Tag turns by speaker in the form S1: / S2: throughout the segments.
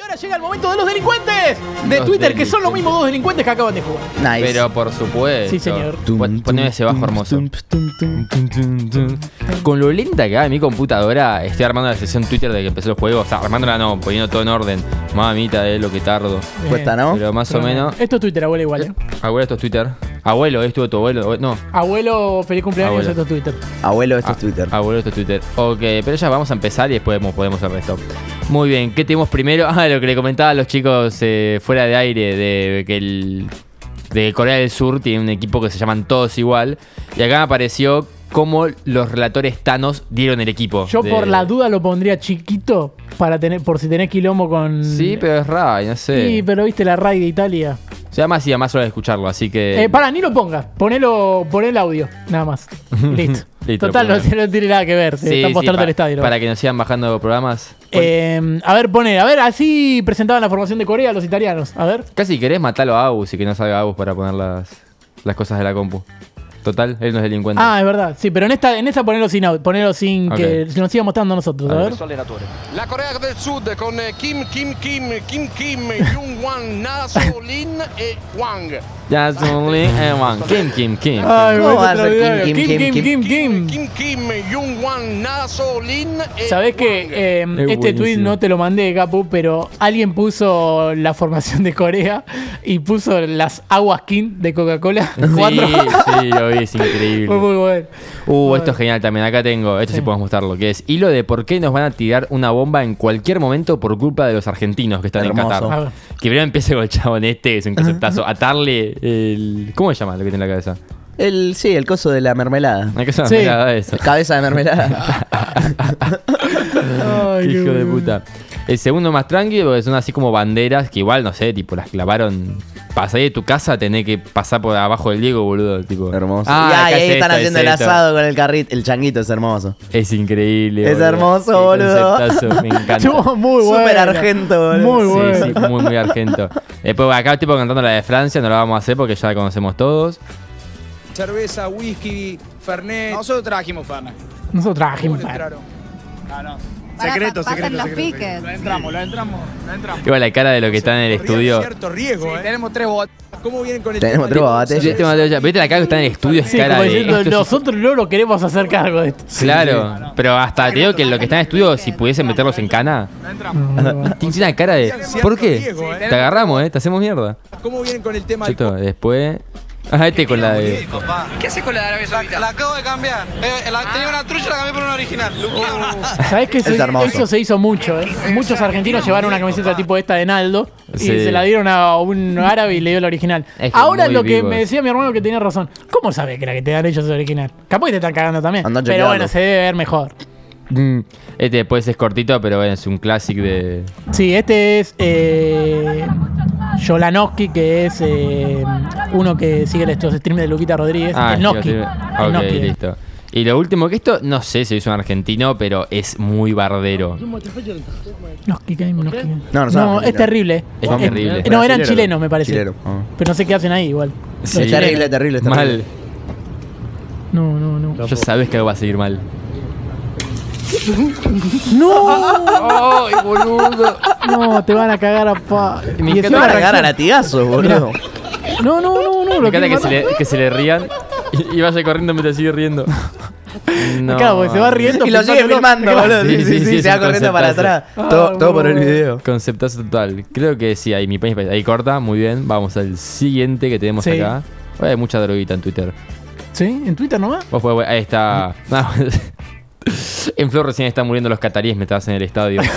S1: ahora llega el momento de los delincuentes de
S2: Los
S1: Twitter, que son los
S2: delincuentes.
S1: mismos dos delincuentes que acaban de jugar.
S3: Nice.
S2: Pero por supuesto.
S1: Sí, señor.
S2: Pon- Poneme ese bajo hermoso. Con lo lenta que va mi computadora, estoy armando la sesión Twitter de que empezó el juego. O sea, armándola no, poniendo todo en orden. Mamita de lo que tardo.
S3: Cuesta, ¿no?
S2: Pero más o
S1: Pero,
S2: menos.
S1: Esto es Twitter, abuelo igual. ¿eh?
S2: Abuelo, esto es Twitter. Abuelo, esto es tu abuelo. abue- No,
S1: Abuelo, feliz cumpleaños,
S2: Abuelo.
S1: esto es Twitter.
S3: Abuelo, esto
S2: Ah,
S3: es Twitter.
S2: Abuelo, esto es Twitter. Ok, pero ya vamos a empezar y después podemos, podemos el resto. Muy bien, ¿qué tenemos primero? Ah, lo que le comentaba a los chicos eh, fuera de aire de que el. De Corea del Sur tiene un equipo que se llaman todos igual. Y acá me apareció cómo los relatores Thanos dieron el equipo.
S1: Yo
S2: de-
S1: por la duda lo pondría chiquito para tener, por si tenés quilombo con.
S2: Sí, pero es Rai, no sé.
S1: Sí, pero viste la RAI de Italia.
S2: Se llama así, además hora de escucharlo, así que.
S1: Eh, para, ni lo pongas. Ponelo, pon el audio, nada más. Listo.
S2: Listo,
S1: Total, no,
S2: ponelo.
S1: no tiene nada que ver.
S2: Sí,
S1: Se están
S2: sí,
S1: mostrando
S2: pa-
S1: el estadio. ¿no?
S2: Para que nos sigan bajando programas.
S1: Eh, a ver, poner, a ver, así presentaban la formación de Corea los italianos. A ver.
S2: Casi querés matarlo a Agus y que no salga Agus para poner las, las cosas de la compu. Total, él no es delincuente.
S1: Ah, es verdad. Sí, pero en esta, en esta ponelo sin audio, ponelo sin
S2: Ok.
S1: que nos siga mostrando a nosotros. A
S2: Dale.
S1: ver.
S4: La Corea del Sud con eh, Kim Kim Kim Kim Kim Jung-wan, Na Solin e Wang.
S2: Ya son Lee eh, Wang. Kim, Kim, Kim.
S1: Ay,
S3: ¿Cómo
S1: bueno,
S3: va a
S1: otro
S3: ser
S1: video.
S3: Kim, Kim,
S1: Kim,
S3: Kim,
S1: Kim, Kim,
S4: Kim
S1: Kim.
S4: Kim Kim Jung-wan, Na Solin e
S1: Sabés que
S4: Wang.
S1: eh,
S2: Es
S1: este tweet
S2: buenísimo.
S1: no te lo mandé, Capu, pero alguien puso la formación de Corea y puso las aguas King de Coca-Cola. Cuatro.
S2: Sí, sí, lo vi, es
S1: Fue
S2: increíble.
S1: muy bueno.
S2: Uh, esto es genial también. Acá tengo, esto sí, podemos mostrarlo, que es hilo de por qué nos van a tirar una bomba en cualquier momento por culpa de los argentinos que están
S3: Hermoso.
S2: en
S1: A
S2: Qatar.
S1: ver.
S2: Que primero empiece con el chabón este, es un conceptazo. Atarle el. ¿Cómo se llama lo que tiene en la cabeza?
S3: El, sí, el coso de la mermelada.
S2: ¿A qué se
S1: Sí.
S2: llama eso?
S3: Cabeza de mermelada.
S1: Ay,
S2: Qué
S1: qué
S2: hijo de
S1: bueno.
S2: puta. El segundo más tranquilo porque son así como banderas que igual, no sé, tipo, las clavaron. Pasá de tu casa, tenés que pasar por abajo del Diego, boludo. Tipo.
S3: hermoso.
S2: Ah,
S3: y
S2: acá
S3: ahí
S2: es
S3: están
S2: esto,
S3: haciendo
S2: es
S3: el
S2: esto.
S3: asado con el carrito. El changuito es hermoso.
S2: Es increíble.
S3: Es
S2: boludo.
S3: hermoso,
S2: Qué
S3: boludo.
S2: conceptazo, Me encanta.
S1: Estuvo muy bueno.
S3: Súper argento, boludo.
S1: Muy
S2: Sí,
S1: bueno.
S2: sí, muy, muy argento. Después acá tipo cantando la de Francia, no la vamos a hacer porque ya la conocemos todos.
S5: Cerveza, whisky, Fernet. Nosotros trajimos Fernet. Ah,
S1: Nosotros trajimos.
S5: No, no.
S6: Pará, pa- pasan los piques.
S5: entramos, la entramos, la entramos.
S2: Igual la cara de lo que están en el estudio.
S5: riesgo, ¿eh? Tenemos tres botes. ¿Cómo vienen con el
S3: Tenemos
S5: tema
S3: tres
S5: de-
S3: botes.
S2: Yo este Mateo ya- Viste la cara que está en el estudio, es
S1: Sí,
S2: cara
S1: como
S2: de.
S1: diciendo,
S2: esto es-
S1: nosotros no lo queremos hacer cargo de esto.
S2: claro, pero hasta te digo que lo que está en el estudio, si pudiesen meterlos en cana,
S5: La entramos.
S2: tiene una cara de. ¿Por qué? Te agarramos, eh, te hacemos mierda.
S5: ¿Cómo vienen con el tema del
S2: Cheto, después. Ah, este con la de.
S7: ¿Qué haces con la de Arabia Saudita? La, acabo de cambiar. Tenía una trucha y la cambié por una original.
S1: ¿Sabés que eso,
S3: Es hermoso.
S1: eso se hizo mucho? ¿eh? Muchos argentinos llevaron una camiseta tipo esta de Naldo y
S2: Sí.
S1: se la dieron a un árabe y le dio la original.
S2: Es que
S1: Ahora
S2: muy
S1: lo que
S2: vivos.
S1: me decía mi hermano que tenía razón. ¿Cómo sabés que la que te dan ellos es original? Capaz que te están cagando también.
S3: Andá
S1: pero
S3: chequealo.
S1: bueno, se debe ver mejor.
S2: Mm, Este después es cortito, pero bueno, es un clásico de.
S1: Sí, este es eh, Yolanowski, que es eh, uno que sigue estos streams de Luquita Rodríguez. el
S2: Ah, sí,
S1: Noski.
S2: sí.
S1: El
S2: Ok,
S1: Noski.
S2: listo. Y lo último que esto, no sé si es un argentino, pero es muy bardero.
S1: Noski Game, Noski Game.
S3: No, no son
S1: no es
S3: argentinos.
S1: terrible. eh.
S2: Es
S1: Eh,
S2: terrible.
S1: No, eran
S3: Brasilero.
S1: chilenos, me parece.
S3: Chileno, ah.
S1: Pero no sé qué hacen ahí igual.
S2: Sí.
S3: Es terrible, terrible, es terrible.
S2: Mal.
S1: No, no, no.
S2: Ya sabes que va a seguir mal.
S1: ¡No!
S2: ¡Ay, boludo!
S1: No, te van a cagar a pa.
S2: Me
S1: Y
S2: encanta
S3: Te
S1: encima
S3: van
S2: la
S3: a cagar a
S1: reacciona.
S3: latigazos, boludo.
S1: No, no, no, no.
S2: Me
S1: Lo
S2: encanta
S1: quieren
S2: que se,
S1: matar.
S2: le, que se le rían y, y vaya corriendo mientras sigue riendo. No.
S1: Claro, porque pues, se va riendo.
S3: Y lo sigue filmando, boludo.
S2: Sí,
S3: Sí,
S2: sí,
S3: sí,
S2: sí, es
S3: sí. Se va
S2: un Ah,
S3: corriendo para
S2: conceptazo.
S3: atrás. Todo todo por el
S1: boludo.
S3: video.
S2: Conceptazo total. Creo que sí, ahí mi país. Ahí corta, muy bien. Vamos al siguiente que tenemos
S1: Sí.
S2: acá. Hoy hay mucha droguita en Twitter.
S1: Sí, en Twitter nomás.
S2: Vos podés- ahí está.
S1: Mm.
S2: No. pues, en Flor recién están muriendo los cataríes mientras en el estadio.
S3: No,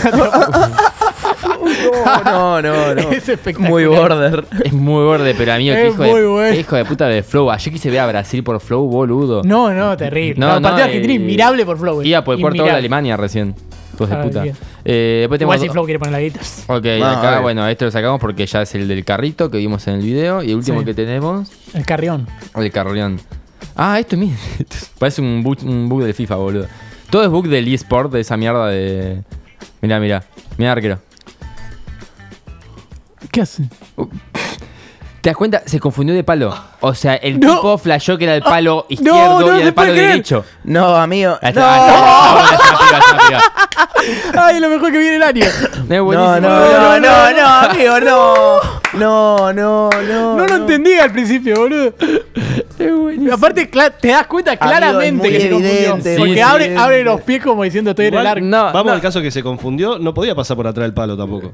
S3: no, no.
S1: Es espectacular.
S3: Muy border.
S2: es muy borde, pero amigo, qué
S1: Es
S2: hijo,
S1: muy
S2: de,
S1: bueno.
S2: qué hijo de puta de Flow. Ayer quise ver a Brasil por Flow, boludo.
S1: No, no, terrible.
S2: No,
S1: No,
S2: no,
S1: partido de Argentina
S2: eh,
S1: inmirable por Flow. güey.
S2: Iba por el cuarto gol de
S1: Inmirable.
S2: Alemania recién. Hijos de
S1: Ay,
S2: puta.
S1: bien.
S2: Eh, después
S1: Igual
S2: tenemos.
S1: si Flow quiere poner la guita.
S2: Ok,
S3: Ah,
S2: acá,
S3: obvio.
S2: bueno, este lo sacamos porque ya es el del carrito que vimos en el video. Y el último
S1: Sí.
S2: que tenemos,
S1: El carrión.
S2: el carrión. Ah, esto mira. Parece un bug, un bug del FIFA, boludo. Todo es bug del eSport, de esa mierda de. Mirá, mirá. Mirá, arquero.
S1: ¿Qué hace?
S2: ¿Te das cuenta? Se confundió de palo. O sea, el
S1: No.
S2: tipo flashó que era el palo
S1: no,
S2: izquierdo
S1: no
S2: y
S1: se
S2: era el palo
S1: puede creer.
S2: derecho.
S3: No, amigo.
S2: Ahí está.
S3: No,
S2: Ah, no, es una piba, es una piba.
S1: Ay, lo mejor que viene el año.
S2: No, es
S3: no, no,
S2: buenísimo.
S3: no, no, no, amigo, no. No, no, no.
S1: No lo entendí al principio, boludo. Aparte, cla- te das cuenta claramente
S3: muy
S1: que se confundió.
S3: evidente,
S2: muy
S1: Porque abre,
S3: evidente.
S1: abre los pies como diciendo estoy en el
S8: Igual,
S1: arco.
S2: No,
S8: Vamos
S2: no.
S8: al caso que se confundió, no podía pasar por atrás del palo tampoco.
S1: Eh.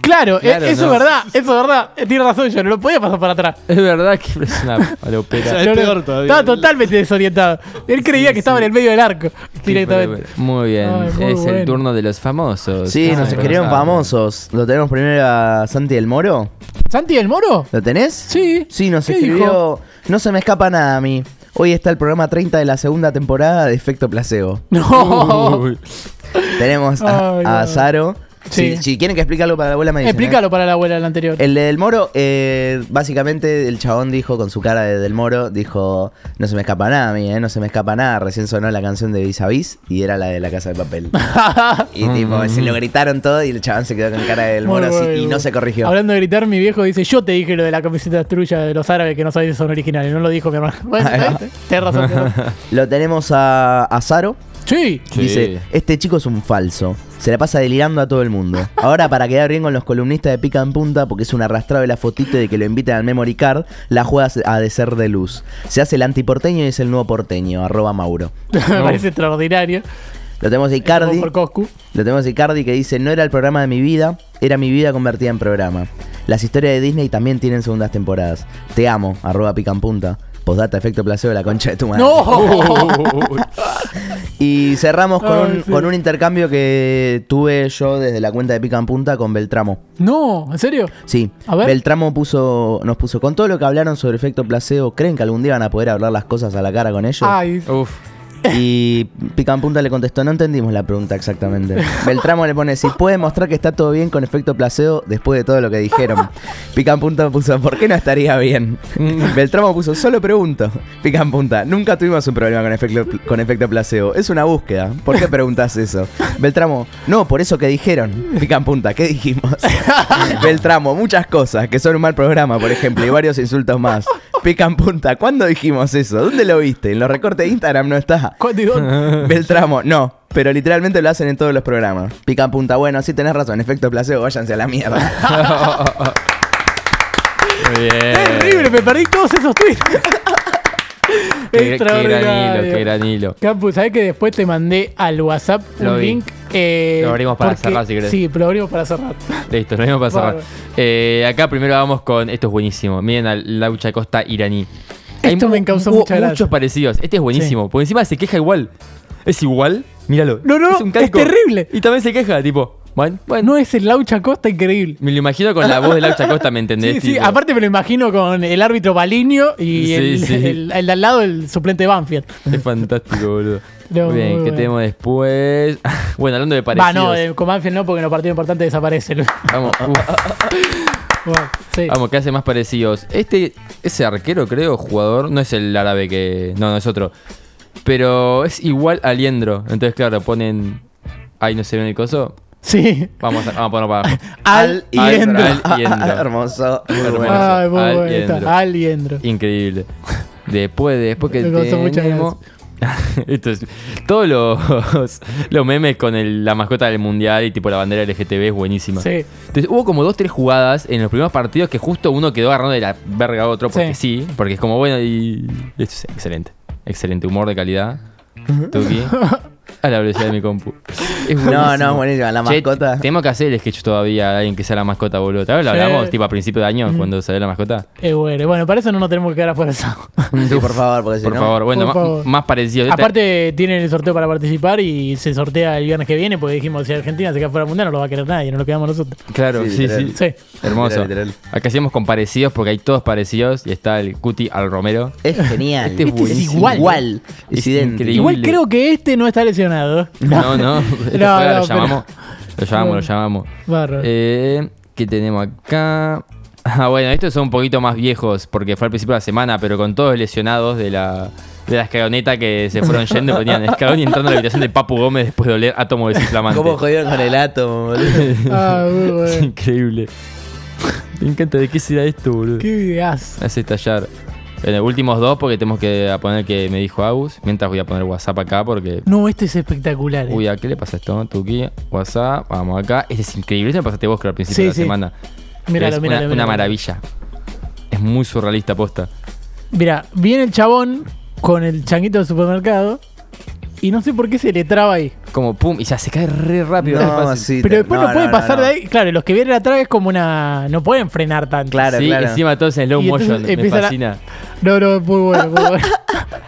S1: Claro,
S2: Claro,
S1: eh, eso
S2: no.
S1: es verdad, eso es verdad. Eh, Tiene razón yo, no lo podía pasar para atrás.
S2: Es verdad que es una palopera.
S8: O sea, es
S1: No, no,
S8: peor todavía.
S1: Estaba totalmente desorientado. Él creía que estaba en el medio del arco, directamente.
S2: Muy bien,
S1: Ay, muy
S2: es
S1: bueno.
S2: el turno de los famosos. Ah,
S3: Sí,
S2: Ay,
S3: nos
S2: no
S3: escribieron
S2: saben.
S3: famosos. Lo tenemos primero a Santi del Moro.
S1: ¿Santi del Moro?
S3: ¿Lo tenés?
S1: Sí.
S3: Sí, nos
S1: ¿Qué
S3: escribió.
S1: dijo?
S3: No se me escapa nada a mí. Hoy está el programa 30 de la segunda temporada de Efecto Placebo.
S1: No.
S2: Uy.
S3: Tenemos a,
S1: Ay,
S3: a
S1: no.
S3: Zaro.
S1: Sí.
S3: Si, si quieren que explique algo para la abuela, me dicen, ¿eh?
S1: Explícalo para la abuela del anterior.
S3: El de Del Moro, eh, básicamente el chabón dijo con su cara de Del Moro, dijo, no se me escapa nada a mí, eh, no se me escapa nada. Recién sonó la canción de Vis a Vis y era la de La Casa de Papel. y tipo, se lo gritaron todo y el chabón se quedó con cara de Del
S1: Muy
S3: Moro así,
S1: bueno.
S3: y no se corrigió.
S1: Hablando de gritar, mi viejo dice: Yo te dije lo de la camiseta trulla de los árabes que no sabéis son originales. No lo dijo mi hermano. Bueno, este,
S3: Ahí va.
S1: tenés razón. tenés razón.
S3: Lo tenemos a, a Zaro.
S1: Sí.
S2: Sí.
S3: Dice, este chico es un falso. Se la pasa delirando a todo el mundo. Ahora, para quedar bien con los columnistas de pica en punta, porque es un arrastrado de la fotito de que lo invitan al memory card, la juega a de ser de luz. Se hace el antiporteño y es el nuevo porteño, arroba Mauro.
S1: Me parece extraordinario.
S3: Lo tenemos a Icardi.
S1: Como Por Coscu.
S3: Lo tenemos a Icardi que dice, no era el programa de mi vida, era mi vida convertida en programa. Las historias de Disney también tienen segundas temporadas. Te amo, arroba pica en punta. Postdata, efecto placebo, la concha de tu madre.
S1: ¡No!
S3: Y cerramos con,
S1: Ay,
S3: un,
S1: sí.
S3: con un intercambio que tuve yo desde la cuenta de Pica en Punta con Beltramo.
S1: no, ¿en serio?
S3: Sí,
S1: A ver.
S3: Beltramo puso, nos puso, con todo lo que hablaron sobre efecto placebo, ¿creen que algún día van a poder hablar las cosas a la cara con ellos?
S1: Ay,
S2: Uf.
S3: Y Pica en Punta le contestó, no entendimos la pregunta exactamente. Beltramo le pone, si puede mostrar que está todo bien con efecto placebo después de todo lo que dijeron. Pica en Punta puso, ¿por qué no estaría bien? Beltramo puso, solo pregunto. Pica en Punta, nunca tuvimos un problema con efecto, con efecto placebo. Es una búsqueda. ¿Por qué preguntas eso? Beltramo, no, por eso que dijeron. Pica en Punta, ¿qué dijimos? Beltramo, muchas cosas, que son un mal programa, por ejemplo, y varios insultos más. Pica en Punta, ¿cuándo dijimos eso? ¿Dónde lo viste? En los recortes de Instagram no está.
S1: ¿cuándo y dónde?
S3: Beltramo, no. Pero literalmente lo hacen en todos los programas. Pican punta, bueno, sí tenés razón, efecto placebo, váyanse a la mierda.
S2: Muy bien.
S1: Terrible, me perdí todos esos tweets.
S2: Qué, qué gran hilo, qué gran hilo.
S1: Campus, ¿sabes que después te mandé al WhatsApp
S2: Lo
S1: un
S2: vi.
S1: link? Eh,
S2: Lo abrimos para
S1: porque-
S2: cerrar, si querés.
S1: Sí, pero lo abrimos para cerrar.
S2: Listo, nos vemos para cerrar.
S1: Bárbaro.
S2: Eh, acá primero vamos con. Esto es buenísimo. Miren al Laucha Costa iraní.
S1: Esto
S2: mu-
S1: me causó
S2: hubo
S1: mucha gracia.
S2: muchos parecidos. Este es buenísimo. Por encima se queja igual. Es igual. Míralo.
S1: No, no,
S2: es, un calco.
S1: es terrible.
S2: Y también se queja, tipo. Bueno, bueno.
S1: No es el Laucha Costa increíble.
S2: Me lo imagino con la voz de Laucha Costa, ¿me entendés?
S1: Sí, sí,
S2: Tipo,
S1: aparte me lo imagino con el árbitro Balinio y
S2: Sí,
S1: el,
S2: sí.
S1: el- el de al lado, el suplente Banfield.
S2: Es fantástico, boludo.
S1: No,
S2: muy
S1: muy
S2: bien, ¿qué
S1: bueno.
S2: tenemos después? bueno, hablando de
S1: Va,
S2: parecidos.
S1: no, eh, con Banfield no, porque en los partidos importantes desaparecen.
S2: Vamos, uf,
S1: Bueno, sí.
S2: vamos, ¿qué hace más parecidos? Este, ese arquero, creo, jugador, no es el árabe que. No, no es otro. Pero es igual a Liendro. Entonces, claro, ponen. Ahí no se ve en el coso.
S1: Sí.
S2: Vamos a, vamos a ponerlo para abajo.
S1: Al
S3: y
S2: Al-
S1: Liendro.
S2: Al Liendro.
S3: Hermoso. muy bueno.
S2: Hermoso.
S1: Ay, muy
S2: Al
S1: bueno.
S2: Liendro.
S1: está. Al Liendro.
S2: Increíble. Después, después que
S1: Me causó mucha
S2: tenemos... Esto es- todos los, los memes con el- la mascota del mundial y tipo la bandera LGTB es buenísima.
S1: Sí.
S2: Entonces hubo como dos, tres jugadas en los primeros partidos que justo uno quedó agarrando de la verga a otro porque sí, porque es como bueno y. Esto es excelente. Excelente humor de calidad. Tuki. A la velocidad de mi compu. Es
S3: No,
S2: buenísimo.
S3: no, buenísima, la
S2: Che,
S3: mascota.
S2: Tenemos que hacer el sketch todavía, alguien que sea la mascota, boludo. ¿Te acuerdas? Lo
S1: Sí.
S2: hablamos tipo a principio de año cuando salió la mascota.
S1: Eh, bueno, bueno, para eso no nos tenemos que quedar afuera. Sao.
S3: Sí, por favor, porque si
S2: Por
S3: no-
S2: favor, bueno,
S1: Por
S2: ma-
S1: favor.
S2: más parecido. Este- Esta-
S1: Aparte, tienen el sorteo para participar y se sortea el viernes que viene, porque dijimos, si Argentina se queda fuera mundial, no lo va a querer nadie, no lo quedamos nosotros.
S2: claro,
S3: Sí,
S2: sí,
S3: literal.
S2: sí.
S1: Sí.
S2: Hermoso.
S3: Literal, literal.
S2: Acá hacíamos con parecidos porque hay todos parecidos y está el Cuti al Romero.
S3: Es genial.
S2: Este es Este es buenísimo.
S3: igual.
S1: igual.
S3: Es,
S2: Es
S3: idéntico.
S2: increíble.
S1: Igual creo que este no está lesionado.
S2: No, no, este
S1: No,
S2: juega,
S1: no, pero-
S2: lo llamamos. Lo llamamos, lo llamamos.
S1: Bárbaro.
S2: Eh, ¿Qué tenemos acá? Ah, bueno, estos son un poquito más viejos porque fue al principio de la semana, pero con todos lesionados de la, de la escaloneta que se fueron yendo, ponían escalón y entrando a la habitación de Papu Gómez después de oler átomo desinflamante.
S3: ¿Cómo jodieron con el átomo, boludo?
S1: Ah, muy bueno.
S2: Es increíble. Me encanta de qué será esto, boludo.
S1: Qué ideas.
S2: Me Hace estallar. Bueno, últimos dos porque tenemos que a poner que me dijo Agus. Mientras voy a poner WhatsApp acá porque.
S1: No, este es espectacular. eh.
S2: Uy, ¿a qué le pasa esto? Tuki, WhatsApp, vamos acá. Este es increíble. Este me pasaste vos creo al principio
S1: Sí,
S2: de la
S1: sí.
S2: semana.
S1: Míralo,
S2: es
S1: míralo,
S2: una, una
S1: míralo.
S2: maravilla. Es muy surrealista posta.
S1: Mira, viene el chabón con el changuito del supermercado y no sé por qué se le traba ahí.
S2: Como pum, y ya se cae re rápido. re
S3: No,
S2: fácil.
S3: sí,
S1: Pero
S3: te-
S1: después no, puede pasar
S3: no.
S1: de ahí. Claro, los que vienen atrás es como una. No pueden frenar tanto.
S3: Claro,
S2: sí,
S3: claro.
S2: encima todos en slow
S1: Y entonces
S2: motion. Me
S1: empieza la-
S2: fascina.
S1: No, no, es muy bueno, muy bueno.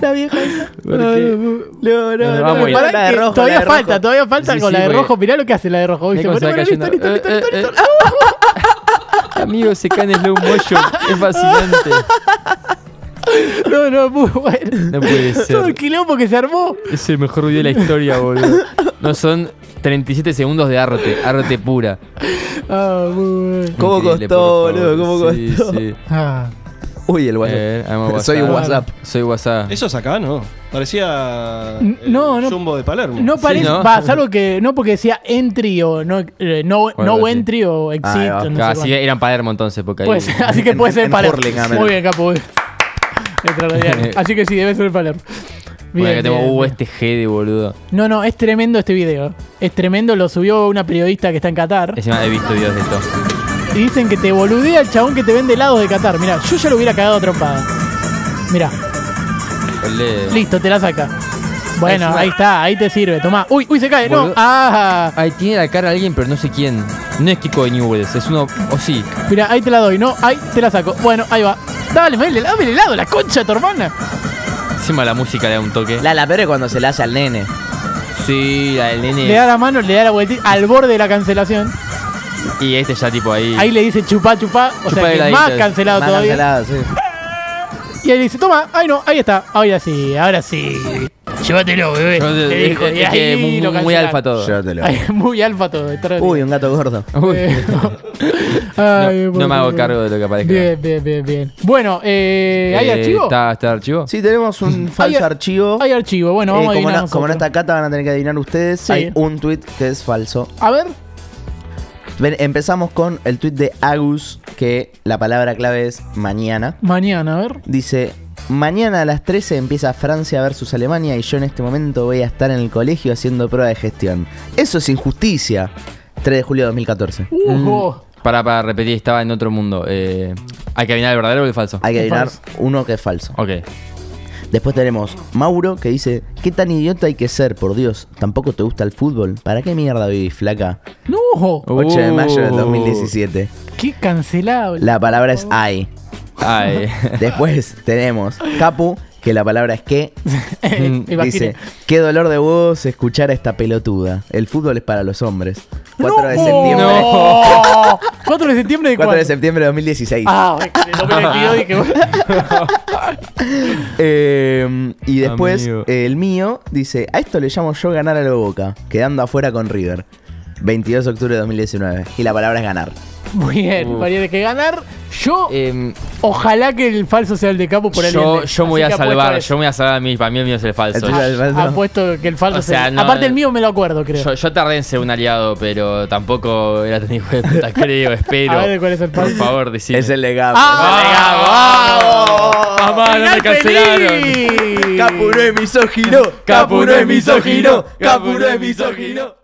S3: La vieja esa.
S2: ¿Por qué?
S3: No, no,
S2: Nos
S3: no.
S2: vamos
S1: Pero
S2: a ir.
S1: pará
S3: La de
S1: que
S3: rojo, la
S1: todavía
S3: de
S1: falta,
S3: rojo.
S1: todavía falta
S2: Sí,
S1: con
S2: sí,
S1: la de
S2: porque-
S1: rojo. Mirá lo que hace la de rojo.
S2: Mirá
S1: Dice,
S2: cómo se va
S1: bueno, bueno, listo,
S2: cayendo.
S1: listo, listo,
S2: Eh,
S1: listo,
S2: eh,
S1: listo.
S2: eh. Amigo, se cae en slow motion. Es fascinante.
S1: No, no, muy bueno.
S2: No puede ser.
S1: Todo el quilombo que se armó.
S2: Es el mejor video de la historia, boludo. No son 37 segundos de arte, arte pura.
S1: Ah, muy bueno.
S3: ¿Cómo
S2: Increíble,
S3: costó,
S2: por favor.
S3: boludo? ¿Cómo
S2: Sí,
S3: costó?
S2: sí.
S1: Ah,
S3: Uy, el
S2: A ver, vamos a
S3: WhatsApp. Soy un WhatsApp.
S2: Soy Eh, WhatsApp.
S8: Eso es acá, ¿no? Parecía
S1: N-
S8: el
S1: no, no.
S8: Jumbo de Palermo.
S1: No parece.
S2: ¿no?
S1: Va, salvo que. No, porque decía entry o no, eh, no,
S2: Bueno,
S1: no
S2: sí.
S1: entry o exit.
S3: Ahí va.
S1: o no sé
S2: Ah,
S1: cuánto.
S2: sí, eran Palermo entonces, porque ahí.
S1: Pues, así que
S3: en-
S1: puede ser
S3: en
S1: Palermo.
S3: Hurlingham,
S1: Muy
S3: era.
S1: bien, Capo. bien. Extraordinario. Así que sí, debe ser Palermo.
S2: Bueno,
S1: Bien,
S2: acá tengo,
S1: bien,
S2: uh,
S1: bien.
S2: este G de boludo.
S1: No, no, es tremendo este video. Es tremendo, lo subió una periodista que está en Qatar.
S2: Encima he visto videos de esto.
S1: Y dicen que te boludea el chabón que te vende helados de Qatar. Mira, yo ya lo hubiera cagado a trompada. Mira,
S2: Olé.
S1: listo, te la saca. Bueno,
S2: Encima-
S1: ahí está, ahí te sirve. Tomá. Uy, uy, se cae. No.
S2: Boludo.
S1: Ah,
S2: Ay, tiene la cara alguien, pero no sé quién. No es Kiko de Newells, es uno. O sí.
S1: mira, ahí te la doy. No, ahí te la saco. Bueno, ahí va. Dale, dame el- dame el helado, la concha de tu hermana.
S2: Encima la música le da un toque.
S3: La, la peor es cuando se la hace al nene.
S2: Sí, la del nene.
S1: Le da la mano, le da la vueltita al borde de la cancelación.
S2: Y este ya tipo ahí.
S1: Ahí le dice chupá, chupá. O
S2: Chupá
S1: sea, que
S2: heladitos.
S1: más cancelado
S3: Más
S1: todavía.
S3: cancelado, sí.
S1: Y ahí le dice, toma, ahí no, ahí está. Ahora sí, ahora sí. Llévatelo, bebé.
S2: Yo-
S1: Le
S2: es-
S1: dijo,
S2: es
S1: y
S2: que
S1: ahí
S2: muy,
S1: lo
S2: muy
S1: cancelaron.
S2: alfa todo.
S3: Llévatelo.
S1: Ay, muy alfa todo. extraordinario.
S3: Uy, un gato gordo.
S2: Uy.
S1: Eh,
S2: No,
S1: ay,
S2: no
S1: por
S2: me hago
S1: favor.
S2: cargo de lo que aparezca.
S1: Bien, bien, bien, bien. Bueno, eh, ¿hay
S2: Eh,
S1: archivo?
S2: ¿Está, está el archivo?
S3: Sí, tenemos un falso
S1: ar-
S3: archivo.
S1: Hay archivo, bueno,
S3: Eh,
S1: vamos a
S3: como,
S1: adivinar
S3: no, como no está
S1: nosotros.
S3: Cata, van a tener que adivinar ustedes.
S1: Sí.
S3: Hay un tweet que es falso.
S1: A ver,
S3: Ven, empezamos con el tweet de Agus, que la palabra clave es mañana.
S1: mañana, a ver.
S3: Dice: Mañana a las 13 empieza Francia versus Alemania y yo en este momento voy a estar en el colegio haciendo prueba de gestión. Eso es injusticia. 3 de julio de 2014.
S2: Mm.
S1: Ujo.
S2: Para, para repetir, estaba en otro mundo. Eh, ¿Hay que adivinar el verdadero o el falso?
S3: Hay que
S1: Es
S3: adivinar
S1: falso.
S3: uno que es falso.
S2: Ok.
S3: Después tenemos Mauro que dice, ¿qué tan idiota hay que ser, por Dios? ¿Tampoco te gusta el fútbol? ¿Para qué mierda vivís, flaca?
S1: No,
S3: 8 de mayo del
S2: Uh.
S3: 2017.
S1: qué cancelable.
S3: La palabra es ay.
S2: Ay.
S3: Después tenemos Capu, que la palabra es qué.
S1: Imagínate.
S3: Dice, qué dolor de huevos escuchar a esta pelotuda. El fútbol es para los hombres. 4 de
S1: ¡No!
S3: septiembre.
S1: No. 4 de septiembre de
S3: 4 de
S1: cuándo?
S3: septiembre de 2016.
S1: Ah, de 2022 dije, bueno.
S3: Eh, y después
S2: Amigo.
S3: eh, el mío dice, a esto le llamo yo ganar a la boca, quedando afuera con River. 22 de octubre de 2019. Y la palabra es ganar.
S1: Muy bien,
S2: Uf.
S1: María, que ganar. Yo,
S2: Em,
S1: ojalá que el falso sea el de Capo por el
S2: yo,
S1: bien de-
S2: yo me voy
S1: Así
S2: a
S1: que apuesto
S2: salvar.
S1: eso.
S2: Yo me voy a salvar a mí. Para mí el mío es el falso.
S3: El tuyo es el falso.
S1: ah, Apuesto que el falso
S2: O
S1: sea,
S2: sea,
S1: el-
S2: no,
S1: Aparte, el
S2: eh,
S1: mío me lo acuerdo, creo.
S2: Yo, yo tardé en ser un aliado, pero tampoco era tan hijo de puta, creo, espero.
S1: A ver, ¿cuál es el
S2: Por
S1: falso? ¡Ah!
S2: favor, decime.
S3: Es el de Oh, Capu.
S2: ¡Ah! ¡Vamos! ¡Mamá, no
S1: ¡Final
S2: me cancelaron!
S1: feliz!
S3: Capu no es misógino. Capu no es misógino. Capu no es misógino.